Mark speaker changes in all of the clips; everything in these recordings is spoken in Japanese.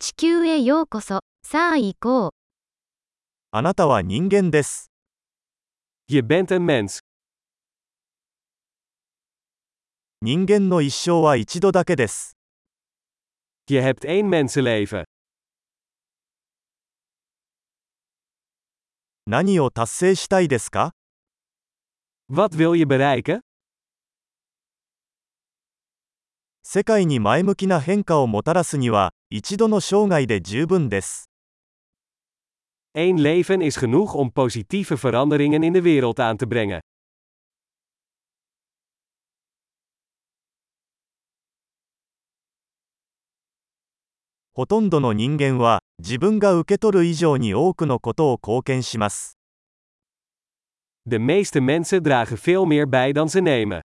Speaker 1: 球へようこそ。さあ行こう。
Speaker 2: あなたは人間です。
Speaker 3: Je bent een mens.
Speaker 2: 人間の一生は一度だけです。
Speaker 3: Je hebt één mensenleven.
Speaker 2: 何を達成したいですか
Speaker 3: Wat wil je bereiken?
Speaker 2: 世界に前向きな変化をもたらすには、一度の生涯で十分です。
Speaker 3: Eén leven is genoeg om positieve veranderingen in de wereld aan te brengen.
Speaker 2: ほとんどの人間は、自分が受け取る以上に多くのことを貢献します。
Speaker 3: De meeste mensen dragen veel meer bij dan ze nemen.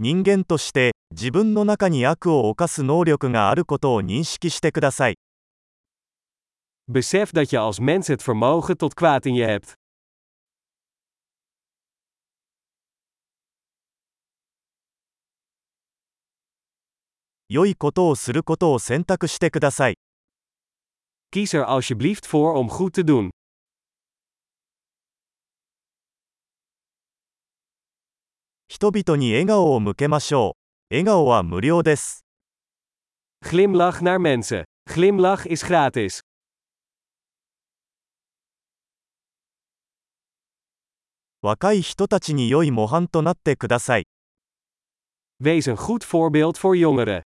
Speaker 2: 人間として、自分の中に悪を犯す能力があることを認識してください。
Speaker 3: Besef dat je als mens het vermogen tot kwaad in je hebt.
Speaker 2: 良いことをすることを選択してください。
Speaker 3: Kies er alsjeblieft voor om goed te doen.
Speaker 2: 人々に笑顔を向けましょう。笑顔は無料です。
Speaker 3: Glimlach naar mensen. Glimlach is gratis.
Speaker 2: 若い人たちに良い模範となってください。
Speaker 3: Wees een goed voorbeeld voor jongeren.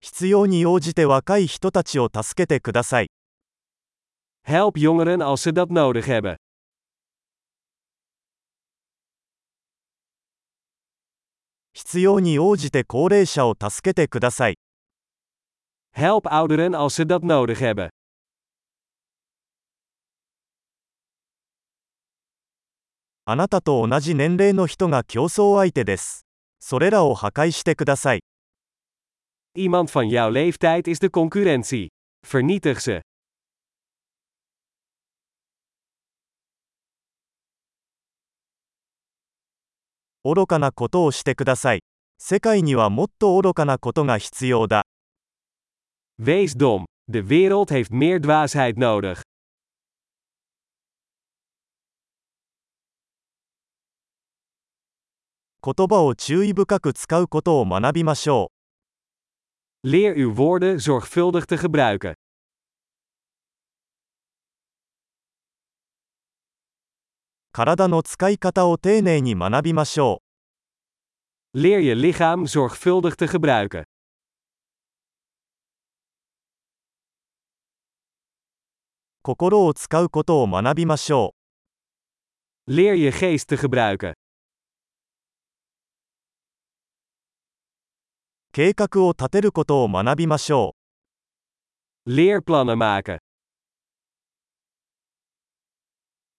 Speaker 2: 必要に応じて若い人たちを助けてください。
Speaker 3: Help jongeren als ze dat nodig hebben.
Speaker 2: 必要に応じて高齢者を助けてください。
Speaker 3: Help ouderen als ze dat nodig hebben.
Speaker 2: あなたと同じ年齢の人が競争相手です。それらを破壊してください。
Speaker 3: Iemand van jouw leeftijd is de concurrentie. Vernietig ze.
Speaker 2: 愚かなことをしてください。世界にはもっと愚かなことが必要だ。
Speaker 3: Wees dom. De wereld heeft meer dwaasheid nodig.
Speaker 2: 言葉を注意深く使うことを学びましょう。
Speaker 3: Leer uw woorden zorgvuldig te gebruiken.
Speaker 2: 体の使い方を丁寧に学びましょう。
Speaker 3: Leer je lichaam zorgvuldig te gebruiken.
Speaker 2: 心を使うことを学びましょう。
Speaker 3: Leer je geest te gebruiken.
Speaker 2: 計画を立てることを学びましょう。
Speaker 3: Leer plannen maken.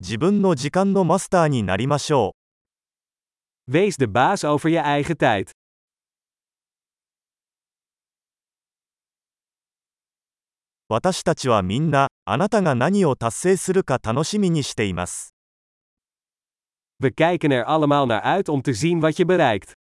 Speaker 2: 自分の時間のマスターになりましょう。
Speaker 3: Wees de baas over je eigen tijd.
Speaker 2: 私たちはみんな、あなたが何を達成するか楽しみにしています。
Speaker 3: We kijken er allemaal naar uit om te zien wat je bereikt.